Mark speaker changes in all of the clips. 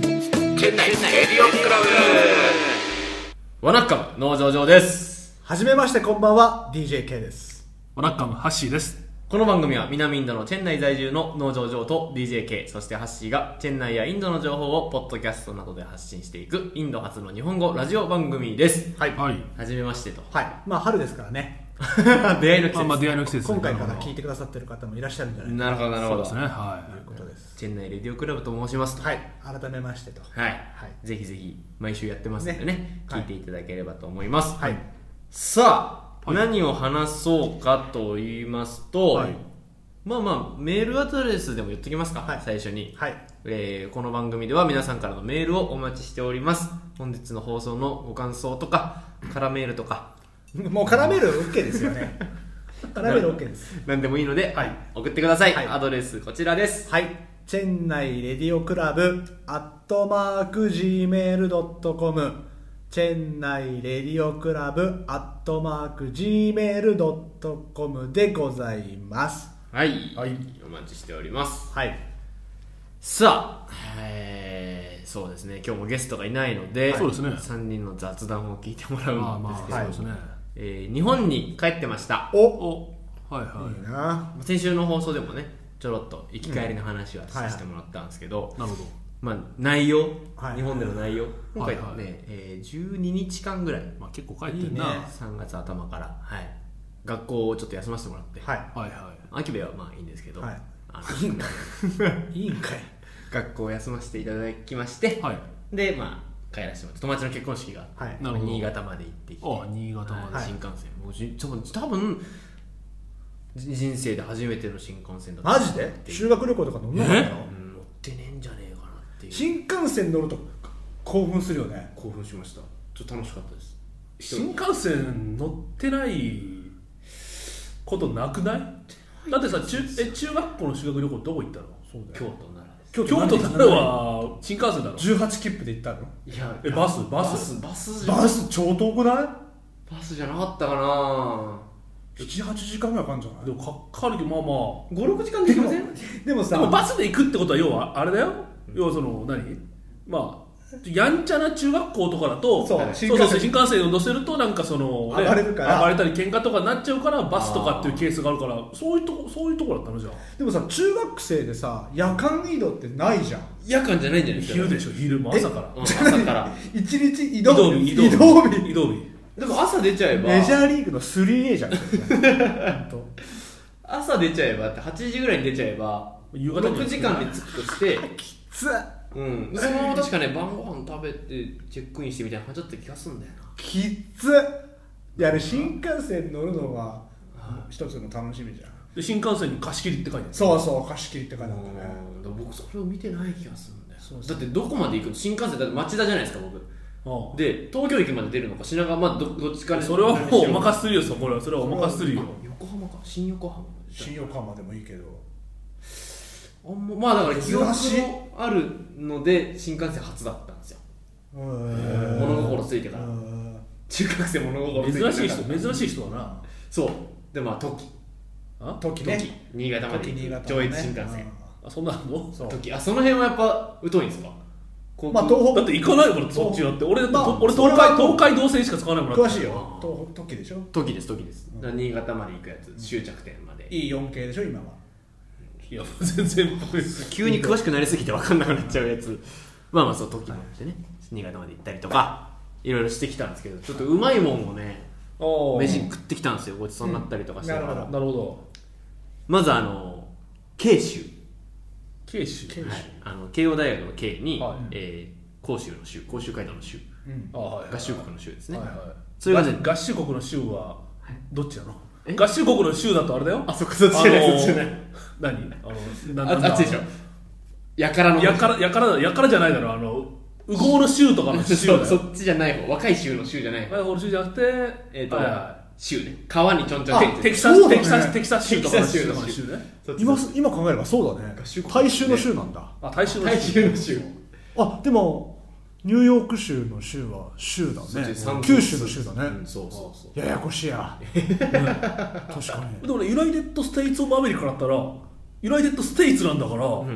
Speaker 1: 店内エディオンクラブ
Speaker 2: ワナッカム農場上です
Speaker 3: はじめましてこんばんは DJK です
Speaker 4: ワナッカムハッシーです。
Speaker 2: この番組は南インドのチェン内在住の農場上と DJK そしてハッシーがチェン内やインドの情報をポッドキャストなどで発信していくインド初の日本語ラジオ番組です
Speaker 3: はい
Speaker 4: はい。
Speaker 2: はじめましてと
Speaker 3: はいまあ春ですからね
Speaker 2: 出会いの季
Speaker 4: まあ、
Speaker 2: 節、
Speaker 4: まあ、出会いの季節
Speaker 3: 今回か
Speaker 4: なる
Speaker 3: ら聞いてくださってる方もいらっしゃるんじゃないか
Speaker 2: なるほどなる
Speaker 4: ほ
Speaker 2: ほ
Speaker 4: ど
Speaker 2: ど
Speaker 4: そうですね。は
Speaker 3: ということです
Speaker 2: チェン内レディオクラブと申しますと
Speaker 3: はい改めましてと
Speaker 2: はい、
Speaker 3: い
Speaker 2: ぜひぜひ毎週やってますんでね
Speaker 3: ねはい
Speaker 2: 聞いていただければと思います、
Speaker 3: はい
Speaker 2: さあ、何を話そうかと言いますと、
Speaker 3: はい
Speaker 2: まあまあメールアドレスでも言っときますか、
Speaker 3: はい
Speaker 2: 最初に、
Speaker 3: はい
Speaker 2: えーこの番組では皆さんからのメールをお待ちしております本日の放送のご感想とかからメールとか
Speaker 3: もう絡める OK ですよ ね絡める OK です
Speaker 2: 何でもいいので、
Speaker 3: はい
Speaker 2: 送ってください、
Speaker 3: はい
Speaker 2: アドレスこちらです
Speaker 3: はいチェンナイレディオクラブアットマーク Gmail.com チェンナイレディオクラブアットマーク Gmail.com でございます
Speaker 2: はい、
Speaker 3: はい
Speaker 2: お待ちしております
Speaker 3: はい
Speaker 2: さあ、えーそうですね今日もゲストがいないので
Speaker 4: そうですね
Speaker 2: 3人の雑談を聞いてもら
Speaker 4: い。まあ
Speaker 2: うんで
Speaker 4: まあ、
Speaker 2: すけど、
Speaker 4: そうですね。
Speaker 2: えー日本に帰ってました
Speaker 3: お
Speaker 4: お、はいはい
Speaker 3: いな
Speaker 2: 先週の放送でもねちょろっと行き帰りの話はさせてもらったんですけど、
Speaker 4: い。なるほ
Speaker 2: まあ、内容、
Speaker 3: はい
Speaker 2: 日本での内容、今回ね、
Speaker 4: はいはい
Speaker 2: えー12日間ぐらい
Speaker 4: ど。まあ、結構帰ってん
Speaker 3: いいね
Speaker 4: な。
Speaker 2: 3月頭から、はい、学校をちょっと休ませてもらって、
Speaker 3: はい
Speaker 4: はいは
Speaker 2: 秋部はまあいいんですけど、
Speaker 3: はい
Speaker 2: あ
Speaker 3: いい
Speaker 2: の
Speaker 3: んかいいいんかい
Speaker 2: 学校を休ませていただきまして、
Speaker 4: い。はい。
Speaker 2: でまあ帰らせてもらって友達の結婚式があって
Speaker 3: はい
Speaker 4: なるほど
Speaker 2: 新潟まで行ってきて
Speaker 4: あ、新潟まで。
Speaker 2: はい新幹線もうじ多分多分じ人生で初めての新幹線だった
Speaker 3: マジで修学旅行とか乗んなかっ
Speaker 2: うん
Speaker 3: たの
Speaker 2: 乗ってねえんじゃねえかなっていう
Speaker 3: 新幹線乗ると興奮するよね
Speaker 2: 興奮しましたちょっと楽しかったです
Speaker 4: 新幹線乗ってないことなくないだってさ、中え中学校の修学旅行どこ行ったの
Speaker 3: そうだ
Speaker 2: 京都奈良です
Speaker 3: 京
Speaker 4: 京都からは新幹線だろ
Speaker 3: 18切符で行ったの
Speaker 2: いや
Speaker 4: え、バスバ
Speaker 2: バ
Speaker 4: ス
Speaker 2: スバスじゃ
Speaker 3: バス超遠くない
Speaker 2: バスじゃなかったかな
Speaker 3: 78時間ぐらいかかるんじゃない
Speaker 4: でもかかるけど、まあまあ。
Speaker 2: 56時間できません
Speaker 3: でもさ
Speaker 4: でもバスで行くってことは要はあれだよ要はその何まあやんちゃな中学校とかだと
Speaker 3: そう
Speaker 4: そう
Speaker 3: 新
Speaker 4: そう
Speaker 3: 幹線
Speaker 4: そう新幹線に乗せるとなんかその、
Speaker 3: 暴れるから
Speaker 4: 暴れたり喧嘩とかになっちゃうからバスとかっていうケースがあるからそういうとこそういうとこだったのじゃあ
Speaker 3: でもさ中学生でさ夜間移動ってないじゃん
Speaker 2: 夜間じゃないんじゃない
Speaker 4: 昼でしょ昼も朝から
Speaker 2: うん朝から
Speaker 3: 一日移動日
Speaker 4: 移動日
Speaker 3: 移動日
Speaker 4: 移動日
Speaker 2: でも朝出ちゃえば
Speaker 3: メジャーリーグの 3A じゃんほんと
Speaker 2: 朝出ちゃえばって8時ぐらいに出ちゃえば
Speaker 4: 夕方に
Speaker 2: 6時間で着くとして、
Speaker 3: つっ
Speaker 2: うん、そのまま確かね晩ご飯食べてチェックインしてみたいな感じだった気がするんだよ
Speaker 3: きっついやあれ新幹線乗るのが一つの楽しみじゃん
Speaker 4: で新幹線に貸し切りって書いてある
Speaker 3: そうそう貸し切りって書いて
Speaker 2: な
Speaker 3: あったね
Speaker 2: うんだから僕それを見てない気がするんだよ
Speaker 3: そう
Speaker 2: だってどこまで行くの新幹線だって町田じゃないですか僕
Speaker 4: あ
Speaker 2: で東京駅まで出るのか品川まあどどっちか
Speaker 4: あ
Speaker 2: で
Speaker 4: それはもうお
Speaker 2: あ
Speaker 4: 任せするよそこらそれはお任せするよ
Speaker 2: 横浜か新横浜
Speaker 3: 新横浜でもいいけど
Speaker 2: あんままあだから記憶
Speaker 3: 珍しい
Speaker 2: もあるので新幹線初だったんですよ物
Speaker 3: 物
Speaker 2: 心ついてから中学生物心ついて
Speaker 4: 珍しい
Speaker 2: なかっ
Speaker 4: 人珍しい人だな
Speaker 2: たそうでまあ時
Speaker 4: あ
Speaker 3: 時
Speaker 2: 時
Speaker 3: ね
Speaker 2: 新潟まで
Speaker 3: 時新潟
Speaker 2: 上越新幹線
Speaker 4: あそんなの
Speaker 3: そう
Speaker 2: 時あその辺はやっぱ疎いんですか
Speaker 3: うんまあ東
Speaker 4: だ
Speaker 3: 北
Speaker 4: って行かないからそっちだって俺,、
Speaker 3: まあ
Speaker 4: 俺
Speaker 3: それ
Speaker 4: 東
Speaker 3: は
Speaker 4: 海東海道線しか使わないもんだっ
Speaker 3: 詳
Speaker 4: て
Speaker 3: しいよ東北時でしょ
Speaker 2: 時です時です、だから新潟まで行くやつ終着点まで
Speaker 3: E4 系でしょ今はい
Speaker 4: や全然僕
Speaker 2: 急に詳しくなりすぎて分かんなくなっちゃうやつまあまあそう時もあってね新潟まで行ったりとかいろいろしてきたんですけどちょっとうまいもんをね
Speaker 4: お
Speaker 2: 飯食ってきたんですよごちそうになったりとかして
Speaker 3: うんなるほど
Speaker 4: なるほど
Speaker 2: まずあの慶州、
Speaker 4: 慶州慶
Speaker 2: はい、あの慶応大学の慶に、
Speaker 4: はい
Speaker 2: えー甲州の州甲州街道の州
Speaker 3: うん
Speaker 4: あはいはい
Speaker 2: 合衆国の州ですね、
Speaker 4: はいはい
Speaker 2: それがね
Speaker 4: 合合衆国の州はどっちなの
Speaker 2: え
Speaker 4: 合衆国の州だとあれだよ
Speaker 2: あそこそっちじゃない、
Speaker 4: あのー
Speaker 2: そっちじゃない
Speaker 4: 何あのな
Speaker 2: ああっちでしょやからの
Speaker 4: やからやからだやからじゃないだろあの右往の州とかの州だ
Speaker 2: そ
Speaker 4: よ
Speaker 2: うそっちじゃない方若い州の州じゃない方
Speaker 4: 右往の州じゃなくて
Speaker 2: えっ、と、
Speaker 4: はいはい
Speaker 2: 州ね川にちょんちょんちょん
Speaker 4: あ
Speaker 2: って
Speaker 4: テキサス、
Speaker 3: そうだね
Speaker 4: テキサステキサス州とかの
Speaker 2: テキ
Speaker 4: 州
Speaker 2: サ
Speaker 4: と
Speaker 2: ス
Speaker 4: かの
Speaker 2: 州
Speaker 4: 州ね
Speaker 2: そっち
Speaker 3: 今
Speaker 2: そっち
Speaker 3: す今考えればそうだね
Speaker 2: 合衆国
Speaker 3: 大衆の州なんだ
Speaker 4: あ大衆の州
Speaker 2: 大衆の州
Speaker 3: あでもニューヨーク州の州は州だ
Speaker 2: そっ
Speaker 3: ね
Speaker 2: ち三
Speaker 3: 九州の州だ
Speaker 2: う
Speaker 3: ね
Speaker 2: んそうそうそう
Speaker 3: ややこしい や確かに
Speaker 4: でもね、ユナイテッド・ステイツ・オブ・アメリカだったら、ユナイテッド・ステイツなんだから、
Speaker 2: ん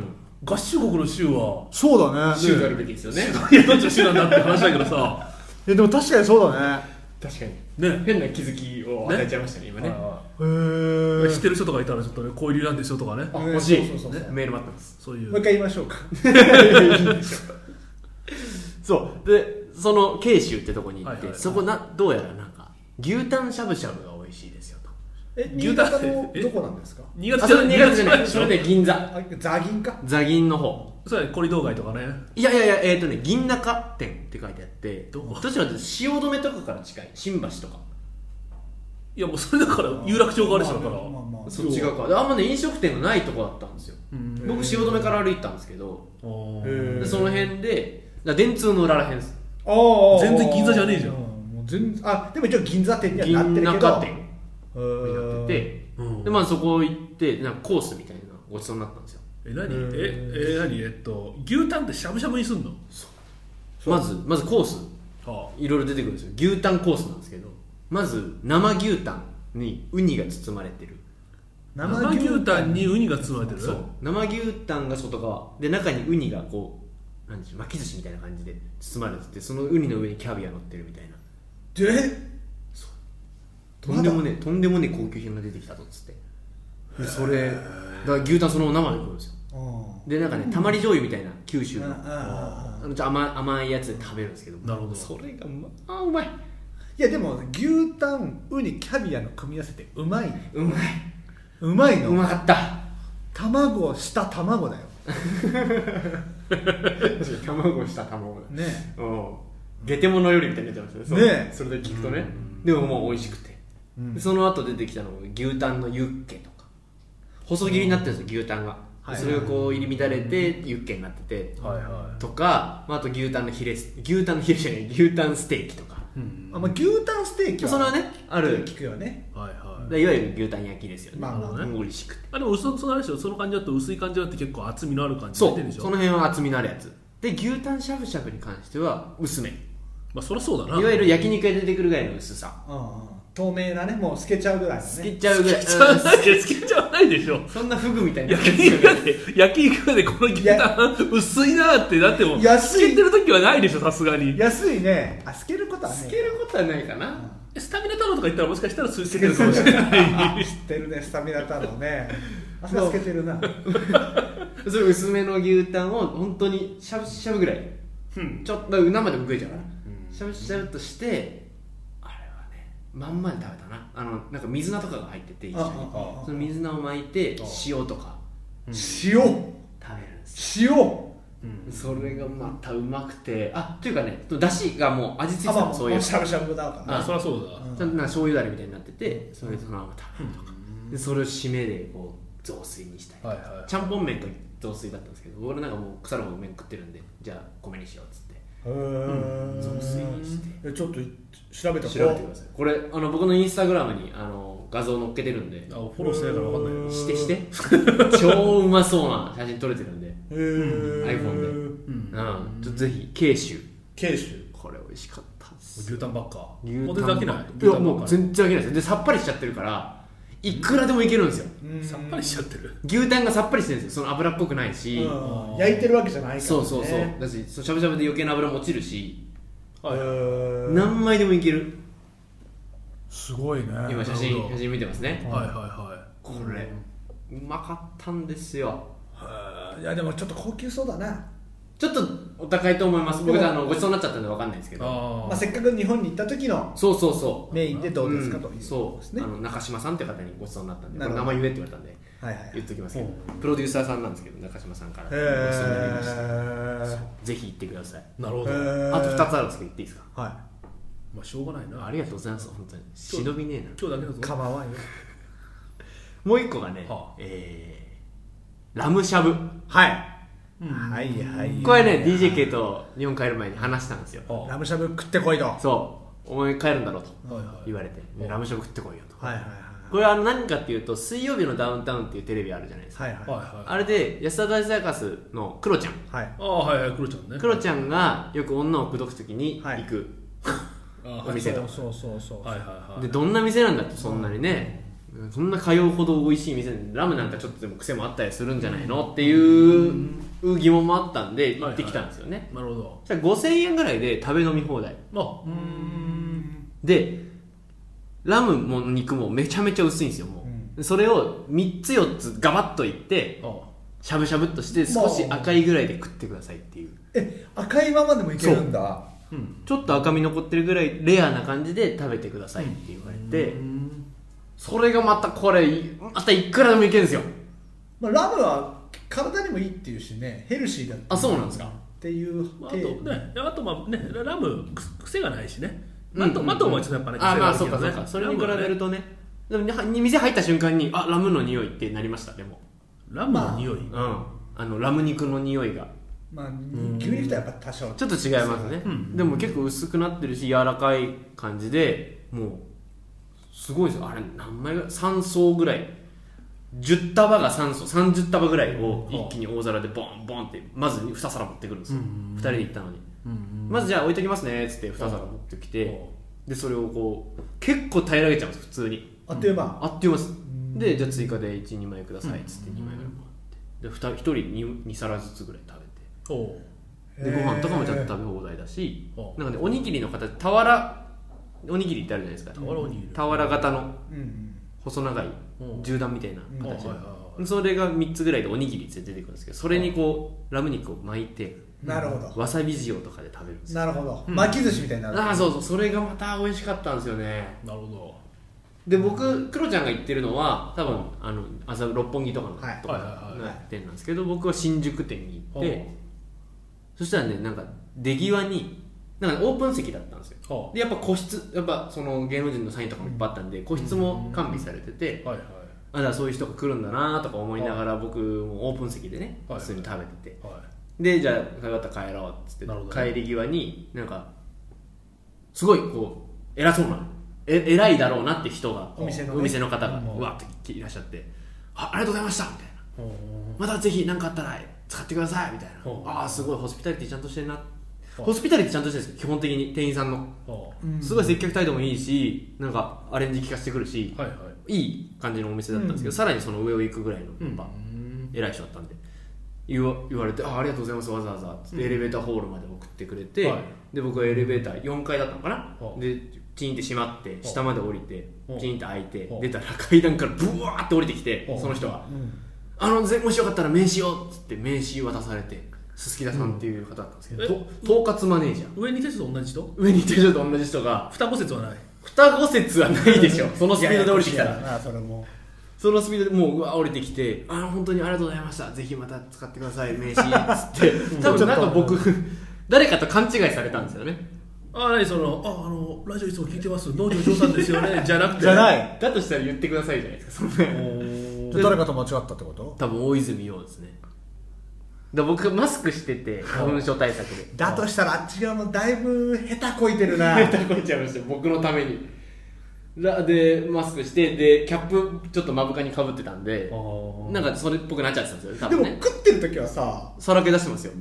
Speaker 4: 合衆国の州は
Speaker 3: そうだね
Speaker 2: 州があるべきですよね
Speaker 4: いやどっちの州なんだって話だけどさ
Speaker 3: えでも確かにそうだね
Speaker 2: 確かに
Speaker 4: ね
Speaker 2: 変な気づきを与えちゃいましたね今ね
Speaker 4: はい
Speaker 3: へ
Speaker 4: はい
Speaker 3: ー
Speaker 4: 知ってる人とかいたらちょっとねこういう理由なんですよとかね
Speaker 2: あ
Speaker 3: ね
Speaker 2: 欲しい
Speaker 3: そうそうそうそう
Speaker 2: メール待ってます
Speaker 4: そうい
Speaker 3: もう一
Speaker 4: う
Speaker 3: 回言いましょ うか
Speaker 2: そうでその慶州ってとこに行って、
Speaker 4: はいはい
Speaker 2: そこなどうやらなんか牛タンしゃぶしゃぶが美味しいですよと
Speaker 3: え新
Speaker 4: 牛タン
Speaker 3: 潟のどこなんですか
Speaker 4: 新
Speaker 2: あ
Speaker 4: 潟
Speaker 2: そ
Speaker 4: じゃ
Speaker 2: れ新潟じゃない
Speaker 4: でし
Speaker 2: そ
Speaker 4: ょ
Speaker 2: れで銀座
Speaker 3: あザギンか
Speaker 2: 座銀の方
Speaker 4: そうやねコリドー街とかね
Speaker 2: いやいやいやえっ、とね銀中店って書いてあって
Speaker 4: どこ
Speaker 2: どちらかというと汐留とかから近い新橋とか
Speaker 4: いやもうそれだから有楽町側でしょだから
Speaker 3: まあまあまあ
Speaker 2: そっち側かであんまね飲食店がないとこだったんですよ
Speaker 4: うん
Speaker 2: 僕汐留から歩いたんですけど
Speaker 4: あー
Speaker 3: へ
Speaker 2: で
Speaker 3: ー
Speaker 2: その辺でだから電通の裏らへんです
Speaker 3: あー
Speaker 4: 全然銀座じゃねえじゃん
Speaker 3: うもう全あでも一応銀座店にはなって
Speaker 2: 銀
Speaker 3: るけど
Speaker 2: 中店
Speaker 3: う
Speaker 2: にな
Speaker 3: ー
Speaker 2: っ
Speaker 3: ん
Speaker 2: てて
Speaker 4: うん
Speaker 2: でまあそこ行ってなんかコースみたいなのごちそうになったんですよ
Speaker 4: え何
Speaker 3: うん
Speaker 4: ええ何えっと牛タンってしゃぶしゃぶにすんの
Speaker 2: まずまずコース
Speaker 4: はい
Speaker 2: ろいろ出てくるんですよ牛タンコースなんですけどまず生牛タンにウニが包まれてる
Speaker 4: あ生牛タンにウニが包まれてる
Speaker 2: そう生牛タンが外側で中にウニがこうなんでしょう巻き寿司みたいな感じで包まれててそのウニの上にキャビア乗ってるみたいな
Speaker 3: で
Speaker 2: とんでもねえとんでもねえ高級品が出てきたぞっつってでそれだから牛タンそのまま生で食うんですよ
Speaker 3: うん
Speaker 2: でなんかねたまり醤油みたいな九州
Speaker 3: うんう
Speaker 2: の
Speaker 3: んうん
Speaker 2: あのちょ甘甘いやつで食べるんですけど
Speaker 4: なるほど
Speaker 2: それがまあうまい
Speaker 3: いやでも牛タンウニキャビアの組み合わせってうまいね
Speaker 2: うまいう
Speaker 3: まいうの
Speaker 2: まかった
Speaker 3: 卵をした卵だよ
Speaker 2: 卵した卵だ
Speaker 3: ね
Speaker 2: うんゲテモノよりみたいになっちゃいますねそう
Speaker 3: ねえ
Speaker 2: それで聞くとねでももう美味しくて、
Speaker 3: うん
Speaker 2: でその後出てきたのが牛タンのユッケとか細切りになってるんですよ牛タンが、
Speaker 3: はい
Speaker 2: それがこう入り乱れてユッケになってて、
Speaker 4: はいは
Speaker 2: とか、まあ、あと牛タンのヒレ牛タンのヒレじゃない牛タンステーキとか
Speaker 4: いうん
Speaker 3: あまあ牛タンステーキ
Speaker 2: それはねある
Speaker 3: 聞くよね
Speaker 4: はいはい
Speaker 2: でいわゆる牛タン焼きですよね,、
Speaker 3: まあま
Speaker 4: あね
Speaker 2: 美味しくて
Speaker 4: あでも薄そのあれでしょその感じだと薄い感じだって結構厚みのある感じ
Speaker 2: そ
Speaker 4: 出
Speaker 2: う
Speaker 4: てるでしょ
Speaker 2: その辺は厚みのあるやつで牛タンしゃぶしゃぶに関しては薄めい
Speaker 4: まあそりゃそうだな
Speaker 2: わゆる焼肉屋で出てくるぐらいの薄さ
Speaker 3: うんうん透明なねもう透けちゃうぐらいの
Speaker 2: つ
Speaker 3: ね
Speaker 2: けちゃうぐらい
Speaker 4: ちゃ
Speaker 2: う
Speaker 4: う
Speaker 2: ん
Speaker 4: だけつけちゃわないでしょ
Speaker 2: そんなフグみたいな
Speaker 4: 焼肉屋で焼肉屋でこの牛タン薄いなってなっても
Speaker 3: 安い
Speaker 4: つけてる時はないでしょさすがに
Speaker 3: 安いねあ透けることはね
Speaker 2: つけることはないかな
Speaker 4: スタミナ太郎とか言ったらもしかしたらつけてるかもしれない
Speaker 3: 知ってるねスタミナ太郎 ねあそこ透けてるな
Speaker 2: それ薄めの牛タンを本当にしゃぶしゃぶぐらいちょっと生でも食えちゃうからしゃぶしゃぶっとしてあれはねまんまで食べたなあのなんか水菜とかが入ってて一緒に
Speaker 3: ああああ
Speaker 2: その水菜を巻いて塩とか食べるん
Speaker 3: 塩
Speaker 2: です
Speaker 3: 塩
Speaker 2: それがまたうまくてあというかねだしがもう味付いてた
Speaker 3: ま
Speaker 2: のそういう
Speaker 3: しゃぶしゃぶだから
Speaker 4: あそりゃそうだ
Speaker 3: うん
Speaker 2: ちゃんとなんか醤油だれみたいになっててそれでそのまま食べるとかでそれを締めでこう雑炊にしたりと
Speaker 4: はい
Speaker 2: か
Speaker 4: はい
Speaker 2: ちゃんぽん麺と雑炊だったんですけど俺なんかもう腐るほど麺食ってるんでじゃあ米にしようっつって
Speaker 3: へー
Speaker 2: 雑炊にして
Speaker 3: えちょっと調べた
Speaker 2: 調べてくださいこれあの僕のインスタグラムにあの画像載っけてるんで
Speaker 4: あフォローしてないから分かんない
Speaker 2: してして 超うまそうな写真撮れてるんで
Speaker 3: へー
Speaker 2: iPhone
Speaker 4: うん
Speaker 2: うんちょっとぜひ慶州
Speaker 3: 慶州
Speaker 2: これ美味しかったっす
Speaker 4: 牛タンばっか
Speaker 2: 牛
Speaker 4: ポテト飽きない
Speaker 2: い
Speaker 4: 牛
Speaker 2: やもう
Speaker 4: タンばっか
Speaker 2: 全然飽きないですでさっぱりしちゃってるからいくらでもいけるんですよ
Speaker 4: りさっぱりしちゃってる
Speaker 2: 牛タンがさっぱりしてるんですよその油っぽくないし、
Speaker 3: うん焼いてるわけじゃないからね
Speaker 2: そうそうそうだしそうしゃぶしゃぶで余計な油も落ちるし
Speaker 3: へー
Speaker 2: 何枚でもいける
Speaker 3: すごいね
Speaker 2: 今写
Speaker 4: なる
Speaker 2: 真
Speaker 4: ほど
Speaker 2: 写真見てますね
Speaker 4: はいは
Speaker 2: これうまかったんですよ
Speaker 3: へーいやでもちょっと高級そうだな、
Speaker 2: ちょっとお高いと思います
Speaker 3: で
Speaker 2: 僕
Speaker 3: も
Speaker 2: あのごちそうになっちゃったんでわかんないですけ
Speaker 4: いはい
Speaker 2: ど
Speaker 4: あ
Speaker 3: ま
Speaker 4: あ
Speaker 3: あ、せっかく日本に行った時の
Speaker 2: そうそうそう
Speaker 3: メインでどうですかという、
Speaker 2: んそう
Speaker 3: ね
Speaker 2: あの中島さんって方にごちそうになったんでこ
Speaker 3: なる
Speaker 2: れ
Speaker 3: ほ
Speaker 2: 名
Speaker 3: ど
Speaker 2: 前言えって言われたんで
Speaker 3: はいはいはい
Speaker 2: 言っときますけど
Speaker 4: う
Speaker 2: プロデューサーさんなんですけど中島さんからごちそうになりました
Speaker 3: へ
Speaker 2: ぜひ行ってください
Speaker 4: なるほ
Speaker 3: え
Speaker 4: ど
Speaker 2: あと2つあるんですけど行っていいですか
Speaker 3: は
Speaker 4: まあしょうがないな
Speaker 2: ありがとうございます本当に忍びねえな
Speaker 4: 今日だけだ
Speaker 3: い
Speaker 4: ぞ
Speaker 3: 構わんよ
Speaker 2: もう一個がね、
Speaker 4: はあ
Speaker 2: えーラムしゃぶ
Speaker 3: はい、
Speaker 4: うん
Speaker 3: はいはい
Speaker 2: これね DJK と日本帰る前に話したんですよ
Speaker 4: は
Speaker 3: ラムしゃぶ食ってこいとはい
Speaker 2: そうお前帰るんだろうと
Speaker 4: いはい
Speaker 2: 言われて、
Speaker 4: うん
Speaker 2: ラムしゃぶ食ってこいよと
Speaker 3: はいはい
Speaker 2: これは何かっていうと水曜日のダウンタウンっていうテレビあるじゃないですか、
Speaker 3: はいはい
Speaker 4: はい
Speaker 3: は
Speaker 2: あ
Speaker 4: はい
Speaker 2: れで安田大サーカスのクロちゃん
Speaker 3: いはい
Speaker 4: ああはいはいクロちゃんね
Speaker 2: クロちゃんがよく女を口説く時に行く、
Speaker 4: ああ
Speaker 2: お店と
Speaker 3: そうそうそうそう
Speaker 4: はいはいはい
Speaker 2: でどんな店なんだってそんなにね、そんな通うほど美味しい店でラムなんかちょっとでも癖もあったりするんじゃないのっていう疑問もあったんで行ってきたんですよね、
Speaker 4: なるほど
Speaker 2: じゃあ5000円ぐらいで食べ飲み放題
Speaker 4: あうーん
Speaker 2: でラムも肉もめちゃめちゃ薄いんですよもう、それを3つ4つガバッといって
Speaker 4: ああ
Speaker 2: しゃぶしゃぶっとして少し赤いぐらいで食ってくださいっていう
Speaker 5: え赤いままでもいけるんだ
Speaker 4: うん
Speaker 2: ちょっと赤み残ってるぐらいレアな感じで食べてくださいって言われて、それがまたこれまたいくらでもいけるんですよ
Speaker 5: まあ、ラムは体にもいいっていうしねヘルシーだって
Speaker 2: あそうなんですか
Speaker 5: っていう
Speaker 4: まあ、あと
Speaker 5: 程度
Speaker 4: ねあとまあねララムく癖がないしね
Speaker 2: うん
Speaker 4: マトマトンはちょっとやっぱね癖
Speaker 2: あま
Speaker 4: がる
Speaker 2: あ
Speaker 4: け
Speaker 2: そう
Speaker 4: ど
Speaker 2: か
Speaker 4: ね
Speaker 2: そうかそれに比
Speaker 4: ラムはね
Speaker 2: べるとねでもに店入った瞬間にあラムの匂いってなりましたでも
Speaker 4: ラムの匂い、
Speaker 2: うんあのラム肉の匂いが
Speaker 5: まあ牛肉とはやっぱ多少
Speaker 2: ちょっと違いますね、
Speaker 4: うん
Speaker 2: でも結構薄くなってるし柔らかい感じでもうすごいですよあれ何枚ぐらい3層ぐらい10束が3層30束ぐらいを一気に大皿でボンボンってまず2皿持ってくるんですよ、
Speaker 4: うん
Speaker 2: 2人で行ったのに、
Speaker 4: うん
Speaker 2: まずじゃあ置いときますねっつって2皿持ってきてでそれをこう結構平らげちゃうんです普通に
Speaker 5: あっという間、
Speaker 2: あっという間ですでじゃあ追加で12枚くださいっつって2枚ぐらいもらってで 2, 1人 2, 2皿ずつぐらい食べて
Speaker 4: おお
Speaker 2: でご
Speaker 5: へー
Speaker 2: 飯とかもちゃんと食べ放題だし、
Speaker 4: うん
Speaker 2: なんかねおにぎりの形俵おにぎりってあるじゃないですか
Speaker 4: 俵おにぎり
Speaker 2: 俵型の
Speaker 5: うんうん
Speaker 2: 細長い
Speaker 4: うん
Speaker 2: 銃弾みたいな
Speaker 4: あはい
Speaker 2: 形
Speaker 4: はいはい
Speaker 2: それが3つぐらいでおにぎりって出てくるんですけどそれにこうラム肉を巻いて
Speaker 5: なるほど
Speaker 2: わさび塩とかで食べるんですよ
Speaker 5: なるほど、
Speaker 4: うん
Speaker 5: 巻き寿司みたいになる
Speaker 2: ああそうそうそれがまた美味しかったんですよね
Speaker 4: なるほ
Speaker 2: で僕クロちゃんが言ってるのは多分あの朝六本木とかの
Speaker 5: はい
Speaker 2: とか
Speaker 4: はいはい
Speaker 2: の
Speaker 4: はい
Speaker 2: 店なんですけど僕は新宿店に
Speaker 4: ほ
Speaker 2: 行ってそしたらねなんか出際になんかねオープン席だったんですよ
Speaker 4: どは
Speaker 2: でやっぱ個室やっぱその芸能人のサインとかもいっぱいあったんで個室も完備されてて
Speaker 4: あはいはい
Speaker 2: あだからそういう人が来るんだなとか思いながら僕もオープン席でね
Speaker 4: は
Speaker 2: 普
Speaker 4: い
Speaker 2: 通に食べてて
Speaker 4: は
Speaker 2: でじゃあ食べったら帰ろうっつって
Speaker 4: なるほどね
Speaker 2: 帰り際になんかすごいこう偉そうなえ偉いだろうなって人が
Speaker 5: お店のね
Speaker 2: お店の方が
Speaker 4: うん
Speaker 2: うわっていらっしゃってあありがとうございましたみたいない
Speaker 4: うん
Speaker 2: またぜひ何かあったら使ってくださいみたいな
Speaker 4: ほう
Speaker 2: ああすごいホスピタリティちゃんとしてるな
Speaker 4: ほう
Speaker 2: ホスピタリティちゃんとしてるんですよ基本的に店員さんの
Speaker 4: は
Speaker 2: すごい接客態度もいいしなんかアレンジ効かせてくるし
Speaker 4: あはいはい
Speaker 2: いい感じのお店だったんですけど、さらにその上を行くぐらいのやっぱ、偉い人だったんで言わ言われてあ「ありがとうございますわざわざ」っつってエレベーターホールまで送ってくれて、
Speaker 4: はい
Speaker 2: で僕はエレベーター4階だったのかな、
Speaker 4: はあ
Speaker 2: でチンって閉まって下まで降りて、
Speaker 4: はあ
Speaker 2: チンって開いて、
Speaker 4: はあ
Speaker 2: 出たら階段からブワーって降りてきて、
Speaker 4: はあ
Speaker 2: その人が「あのぜもしよかったら名刺を」っつって名刺渡されてすすきださんっていう方だったんですけど、と統括マネージャー
Speaker 4: 上に手と同じ人
Speaker 2: 上にいてる人と同じ人が
Speaker 4: 双子説はない
Speaker 2: 双子説はないでしょそのスピードで降りてきたら
Speaker 5: あそれも
Speaker 2: そのスピードでもううわ降りてきて「あ本当にありがとうございましたぜひまた使ってください名刺」っつって 多分なんか僕誰かと勘違いされたんですよね
Speaker 4: あ何そのああのラジオいつも聞いてます農場長さんですよね じゃなくて
Speaker 5: じゃないい
Speaker 2: だとしたら言ってくださいじゃないですかそんな
Speaker 5: じゃあ誰かと間違ったってこと
Speaker 2: 多分大泉洋ですねだ僕がマスクしてて花粉症対策で
Speaker 5: だとしたらあっち側もだいぶ 下手こいてるな
Speaker 2: たこいちゃいました 僕のためにらでマスクしてでキャップちょっと目深にかぶってたんでなんかそれっぽくなっちゃってたんですよね多
Speaker 5: で
Speaker 2: 分
Speaker 5: も
Speaker 2: ね
Speaker 5: 食ってる時はさ
Speaker 2: さらけ出してますよ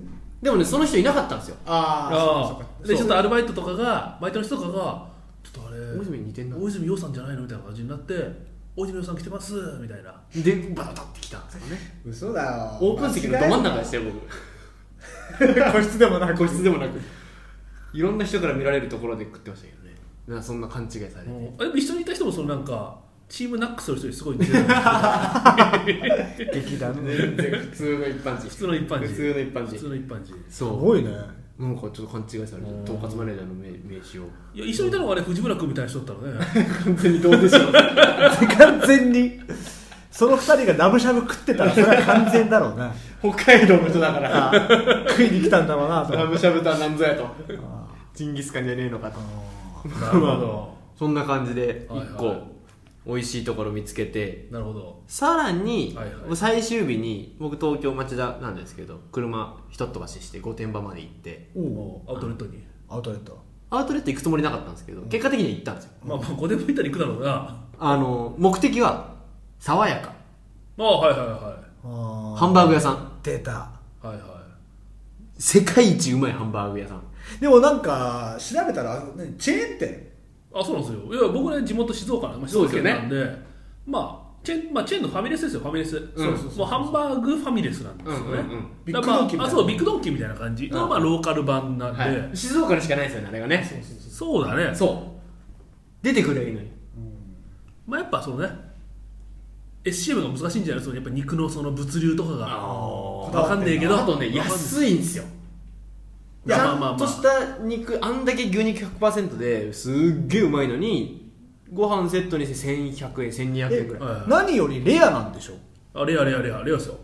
Speaker 2: でもねその人いなかったんですよ
Speaker 5: ああそうか
Speaker 4: あ
Speaker 5: そう
Speaker 4: あ
Speaker 5: か
Speaker 4: でち
Speaker 5: そ
Speaker 4: ょ
Speaker 5: う
Speaker 4: っとアルバイトとかがバイトの人とかがちょっとあれ
Speaker 2: 大泉に似てんな
Speaker 4: 大泉洋さんじゃないのみたいな感じになって大泉洋さん来てますみたいな
Speaker 2: でバタバタってきたんですよね
Speaker 5: 嘘だよ
Speaker 2: オープン席のど真ん中でしたよ
Speaker 5: 中個室でもな く
Speaker 2: 僕個室でもなくいろんな人から見られるところで食ってましたけどねなんかそんな勘違いされて、
Speaker 4: あでも一緒にいた人もそのなんかチームナックスの人にすごい似てる普
Speaker 5: 劇団ね
Speaker 2: 全然普通の一般人普
Speaker 4: 通の一般人
Speaker 2: 普通の一般
Speaker 4: 普通
Speaker 2: 人
Speaker 4: の一般人
Speaker 5: す
Speaker 2: そ
Speaker 5: ごいね
Speaker 2: うなんかちょっと勘違いされて統括マネージャーの名名刺を
Speaker 4: いや一緒にいたのがあれ藤村君みたいな人だったのね
Speaker 2: 完全にどうでしょう
Speaker 3: 完全にその二人がラブしゃぶ食ってたらそれは完全だろうな
Speaker 2: 北海道の人だから
Speaker 3: ああ食いに来たんだろうなと
Speaker 2: ラムしゃぶとは何ぞやとジンギスカンじゃねえのかと
Speaker 4: なるほど
Speaker 2: そんな感じで
Speaker 4: はいはい
Speaker 2: 1個美味しいところ見つけて
Speaker 4: なるほど
Speaker 2: さらに、
Speaker 4: はいはい
Speaker 2: もう最終日に僕東京町田なんですけど車一飛ばしして御殿場まで行って
Speaker 4: おアウトレットに
Speaker 5: アウトレット
Speaker 2: アウトレット行くつもりなかったんですけど結果的には行ったんですよ
Speaker 4: まあまあ5年もいたら行くだろうな
Speaker 2: あの目的は爽やか
Speaker 4: ああはいはいは
Speaker 5: あ
Speaker 2: ハンバーグ屋さん
Speaker 5: 出た
Speaker 4: いはいはい
Speaker 2: 世界一うまいハンバーグ屋さん
Speaker 5: でもなんか調べたらあのねチェーン店
Speaker 4: あそうなんですよいや僕ね地元静岡なんで
Speaker 2: そうですよね
Speaker 4: 静岡県なんでまあチェン、まあ、チェーンのファミレスですよファミレス、
Speaker 2: そうそうそう
Speaker 4: もうハンバーグファミレスなんですよね、
Speaker 2: うんうんうん
Speaker 4: だからま
Speaker 5: ビッグドンキみたいな
Speaker 4: あ、あそうビッグドンキみたいな感じの、
Speaker 2: うん
Speaker 4: まあ、ローカル版なんで、
Speaker 2: はい、静岡にしかないですよねあれがね
Speaker 4: そうだね
Speaker 2: そう出てくればいいのに
Speaker 4: まあ、やっぱそのね SCM が難しいんじゃないそのやっぱ肉のその物流とかがわかんねえけど
Speaker 2: あとね安いんですよ
Speaker 4: い
Speaker 2: ち
Speaker 4: や
Speaker 2: ゃ
Speaker 4: まあまあま
Speaker 2: ん
Speaker 4: あ
Speaker 2: とした肉あんだけ牛肉100%ですっげえうまいのにご飯セットにして1100円1200円ぐらい
Speaker 4: はい
Speaker 3: 何よりレアなんでしょい
Speaker 4: あれあれあれあれですよ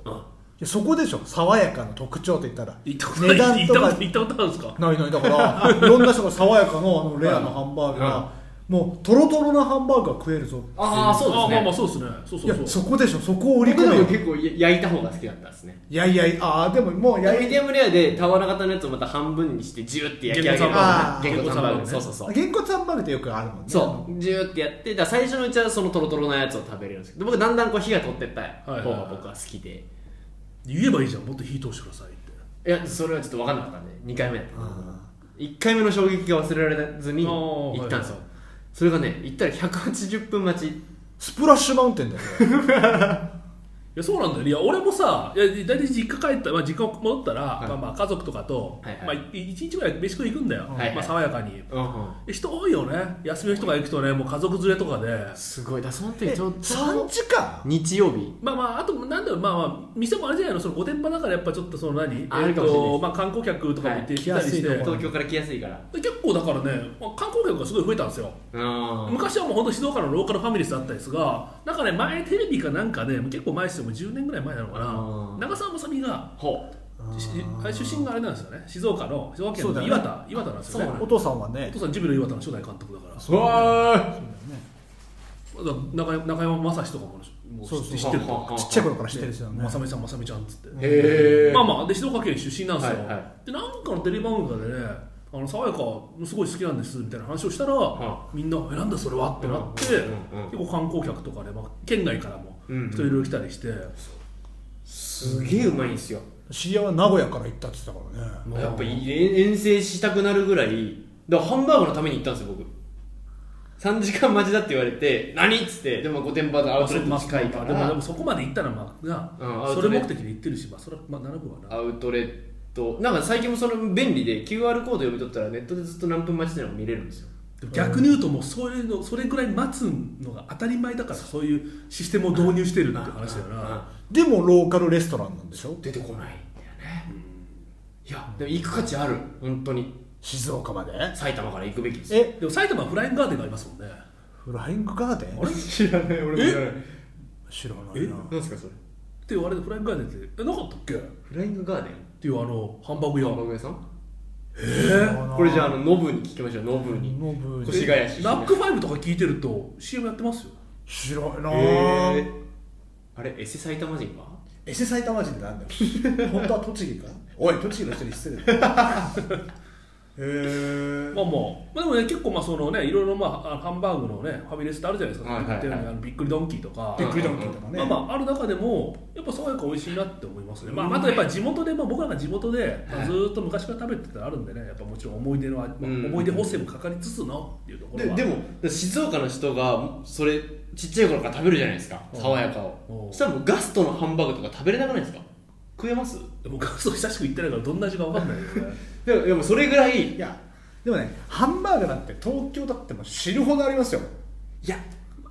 Speaker 3: やそこでしょ爽やかの特徴と言ったら
Speaker 4: 行ったことない
Speaker 3: 値段
Speaker 4: 行っ
Speaker 3: と
Speaker 4: た
Speaker 3: か
Speaker 4: こと行ったことあるんですか
Speaker 3: ないないだからいろんな人が爽やかのあのレアのハンバーグ
Speaker 2: うん
Speaker 3: がもうトロトロなハンバーグが食えるぞ
Speaker 2: ああそうですね
Speaker 4: あまあまあそうですねそう
Speaker 3: い
Speaker 4: そう
Speaker 3: や
Speaker 4: そう
Speaker 3: そこでしょそこを売り
Speaker 2: 僕で
Speaker 3: 込む
Speaker 2: も
Speaker 3: よ
Speaker 2: 結構や焼いた方が好きだったですね
Speaker 3: いやいやああでももう
Speaker 2: ミ
Speaker 3: やい
Speaker 2: ディアムレアで俵型のやつをまた半分にしてジューって焼き上げる
Speaker 3: げ
Speaker 2: げん
Speaker 3: ん
Speaker 4: こつ
Speaker 2: こつ
Speaker 4: ハン
Speaker 2: ハン
Speaker 4: バー
Speaker 2: バー
Speaker 4: グ
Speaker 2: グ
Speaker 4: ね
Speaker 2: そうそうそう
Speaker 3: げんこつハンバーグってよくあるもんね
Speaker 2: そうジューってやってだから最初のうちはそのトロトロなやつを食べれるんですけど僕だんだんこう火が通ってった方
Speaker 4: はいはい
Speaker 2: が僕は好きで
Speaker 4: 言えばいいじゃんもっと火通してくださいって
Speaker 2: いやそれはちょっと分かんなかったんで2回目だった1回目の衝撃が忘れられずに
Speaker 4: あー
Speaker 2: 行ったんですよ
Speaker 4: はいは
Speaker 2: それがね行ったら180分待ち
Speaker 3: スプラッシュマウンテンだよ これ
Speaker 4: いやそうなんだよいや俺もさいや大体実家帰った、まあ、実家戻ったら、まあ、まあ家族とかと、
Speaker 2: はいはい
Speaker 4: まあ、1日ぐらい飯食い行くんだよ、
Speaker 2: はいはい
Speaker 4: まあ、爽やかに
Speaker 2: うん
Speaker 4: え人多いよね休みの人が行くとねもう家族連れとかで、
Speaker 2: すごいだその時
Speaker 3: え
Speaker 2: ちょうど
Speaker 3: 3時間
Speaker 2: 日曜日
Speaker 4: まあまあ、あと、なんだろう、まあまあ、店もあれじゃないの、その御殿場だから、やっぱちょっとその何、
Speaker 2: あ
Speaker 4: え
Speaker 2: る
Speaker 4: っ
Speaker 2: かもしれないで
Speaker 4: と、
Speaker 2: す
Speaker 4: まあ観光客とかも行って
Speaker 3: はい
Speaker 4: きたりして、
Speaker 3: 来やすいとこ
Speaker 2: 東京から来やすいから
Speaker 4: で結構だからね、まあ観光客がすごい増えたんですよ。
Speaker 2: うん
Speaker 4: 昔はもう本当静岡のローカルファミリーズだったんですが、なんかね、前テレビかなんかで、もう結構前ですよ、もう10年ぐらい前なのか
Speaker 2: あ
Speaker 4: な、
Speaker 2: ー
Speaker 4: 長澤まさみが、
Speaker 2: ほう
Speaker 4: しあれ出身があれなんですよね、静岡の、静岡
Speaker 3: そ
Speaker 4: 県
Speaker 3: うだ
Speaker 4: の
Speaker 3: ね
Speaker 4: 岩田、岩田なんですよ
Speaker 2: そうな
Speaker 4: ね
Speaker 2: ん。
Speaker 3: お父さんは
Speaker 4: お
Speaker 3: ね
Speaker 4: 父さん、ジブリの岩田の初代監督だから、
Speaker 2: うわーい
Speaker 4: だから中中山雅史とかももう
Speaker 3: そうそう
Speaker 4: 知ってると。
Speaker 3: ちっちゃい頃から知ってる人だよね
Speaker 4: まさみちゃん、まさみちゃんっつって。
Speaker 2: へえ
Speaker 4: まあまあで静岡県出身なんですよ、
Speaker 2: はいは
Speaker 4: でなんかのテレビ番組でねあの爽やかすごい好きなんですみたいな話をしたら、
Speaker 2: は
Speaker 4: みんな「えなんだそれは?」ってなって、
Speaker 2: うんうんうん
Speaker 4: 結構観光客とかで、まあ、県外からも
Speaker 2: うんうん
Speaker 4: 人いろいろ来たりして、
Speaker 2: すげえうまいんですよ
Speaker 3: 知り合いは名古屋から行ったって言ってたからね
Speaker 2: やっぱい遠征したくなるぐらいだからハンバーグのために行ったんですよ僕3時間待ちだって言われて何っつってでも御殿場のアウトレッ
Speaker 4: ま
Speaker 2: ト
Speaker 4: あ
Speaker 2: 近いか
Speaker 4: でもでも
Speaker 2: ら
Speaker 4: そこまで行ったらまあな、
Speaker 2: うんアウ
Speaker 4: そ
Speaker 2: ト
Speaker 4: れ
Speaker 2: レ
Speaker 4: 目的で行ってるしまあそれはまあ並ぶわな
Speaker 2: アウトレットなんか最近もその便利で QR コード読み取ったらネットでずっと何分待ちっていうのが見れるんですよ
Speaker 4: でも逆に言うともうそういうのそれぐらい待つのが当たり前だからそういうシステムを導入してるって話だよな
Speaker 3: でもローカルレストランなんでしょ
Speaker 2: 出てこないんだよねいやでも行く価値ある本当に
Speaker 3: 静岡まで
Speaker 2: 埼玉から行くべきです
Speaker 3: え
Speaker 4: でも埼玉はフライングガーデンがありますもんね
Speaker 3: フライングガーデン
Speaker 2: 知らない俺も知らない
Speaker 3: 知らないな
Speaker 2: 何ですかそれ
Speaker 4: って言われてフライングガーデンってえなかったっけっ
Speaker 2: フライングガーデン
Speaker 4: ていうあのハンバーグ屋
Speaker 2: ハンバーグ屋さん
Speaker 3: ー
Speaker 2: これじゃああのノブに聞きましょうノブに
Speaker 3: ノブ
Speaker 2: 越谷出身
Speaker 4: ラックファイブとか聞いてると CM やってますよ
Speaker 3: 知らないな
Speaker 2: えーあれエセ埼玉人か
Speaker 5: エセ埼玉人ってなんだよ本当は栃木かおい栃木の人に失礼だよへえ
Speaker 4: まあまあ、まあ、でもね結構まあそのねいろいろまああハンバーグのねファミレスってあるじゃないですか、
Speaker 2: はいはいはい
Speaker 4: 言ってるあのびっくりドンキーとか
Speaker 5: びっくりドンキーとかね
Speaker 4: まあまあある中でもやっぱ爽やか美味しいなって思いますね、まあ、あとやっぱ地元で、まあ、僕らが地元で、まあ、ずーっと昔から食べてたのあるんでねやっぱもちろん思い出の、まあ、
Speaker 2: ん
Speaker 4: 思い出補正もかかりつつのっていうところ
Speaker 2: で
Speaker 4: は
Speaker 2: でも静岡の人がそれちっちゃい頃から食べるじゃないですか
Speaker 4: うん
Speaker 2: 爽やか
Speaker 4: う
Speaker 2: を
Speaker 4: ん
Speaker 2: そしたらもうガストのハンバーグとか食べれなくないですか食えます
Speaker 4: でもガスト久しく行ってないからどんな味か分かんないよね
Speaker 2: でもでもそれぐらい
Speaker 5: い
Speaker 2: い
Speaker 5: やでもねハンバーグなんて東京だってもう知るほどありますよ
Speaker 2: や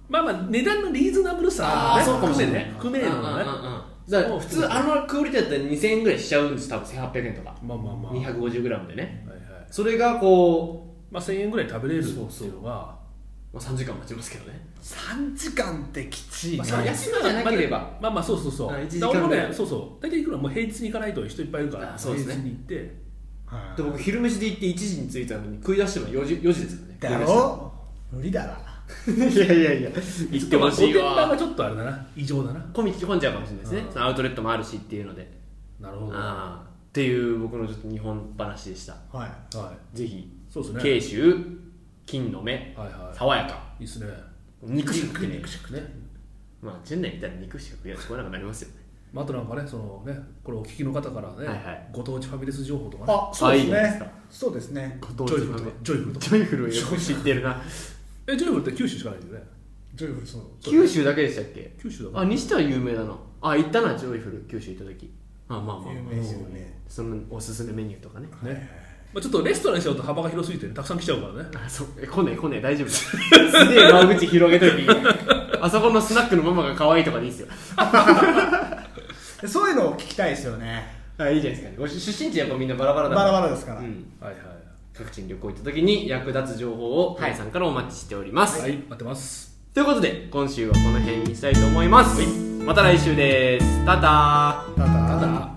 Speaker 4: まあまあ値段のリーズナブルさ
Speaker 2: あーそうかもしれない
Speaker 4: 含めね含めのね
Speaker 2: だから普通あのクオリティだったら2000円ぐらいしちゃうんです多分1800円とか
Speaker 4: まあまあまあ、はい
Speaker 2: 250g でね
Speaker 4: はい
Speaker 2: それがこ
Speaker 4: まあ、1000円ぐらい食べれるっていうのが
Speaker 2: う、まあ、3時間待ちますけどね
Speaker 5: 3時間ってきちい
Speaker 4: まあ
Speaker 5: ね
Speaker 2: それ安いのじゃなければ
Speaker 4: まあまあそうそうそう
Speaker 2: あ一時
Speaker 4: だ
Speaker 2: 間
Speaker 4: から俺も
Speaker 2: ぐら
Speaker 4: ね
Speaker 2: い
Speaker 4: そうそう大体いくらもう平日に行かないと人いっぱいいるから
Speaker 2: あそうですね
Speaker 4: 平日に行って
Speaker 3: はい
Speaker 2: で僕昼飯で行って1時に着いたのに食い出しても4時 ,4 時ですからね
Speaker 5: だろ無理だな
Speaker 2: いやいやいや行ってほしい
Speaker 4: ちょっとまあ御殿場
Speaker 2: わ
Speaker 4: がちょっとあれだな異常だな
Speaker 2: 込み込んじゃうかもしれないですね
Speaker 4: うん
Speaker 2: そのアウトレットもあるしっていうので
Speaker 4: なるほどは
Speaker 2: ああっていう僕のちょっと日本話でした
Speaker 5: はい
Speaker 4: いはい
Speaker 2: ぜひ
Speaker 4: そうですね
Speaker 2: 慶州金の目
Speaker 4: は
Speaker 2: 爽やか
Speaker 4: いいいっすね
Speaker 2: 肉しか食えねえ
Speaker 4: ね
Speaker 2: まあチェンナイ行ったら肉しか食えない食わなくなりますよね
Speaker 4: まああとなんかねそのねこれお聞きの方からね、
Speaker 2: はいはい
Speaker 4: ご当地ファミレス情報とかね
Speaker 5: あそうです
Speaker 2: あいいです
Speaker 5: ね
Speaker 2: か
Speaker 5: そうですね
Speaker 4: ジョイフルとかジョイフルとか
Speaker 2: ジョイフルをよく知ってるな
Speaker 4: えジョイフルって九州しかないよね
Speaker 5: ジョイフルそう
Speaker 2: 九州だけでしたっけ
Speaker 4: 九州だから
Speaker 2: あにしては有名だなあ行ったなジョイフル九州行った時あまあまあ
Speaker 5: 有名ですよね
Speaker 2: そのおすすめメニューとかね
Speaker 4: ね、まあ、ちょっとレストランにしちゃうと幅が広すぎてねたくさん来ちゃうからね
Speaker 2: あそうえ来ねえ来ねえ大丈夫すげえ間口広げといていい あそこのスナックのママが可愛いとかでいいですよ
Speaker 5: でそういうのを聞きたいですよね
Speaker 2: あいいじゃないですかねご出出身地やっぱみんなバラバラ
Speaker 5: バ
Speaker 2: だから
Speaker 5: ラバラですから、
Speaker 2: うん、
Speaker 4: はいはい
Speaker 2: 各地に旅行行った時に役立つ情報を皆さんからお待ちしております、
Speaker 4: はい待ってます
Speaker 2: ということで今週はこの辺にしたいと思います、また来週ですタタ
Speaker 5: ただ
Speaker 4: ただ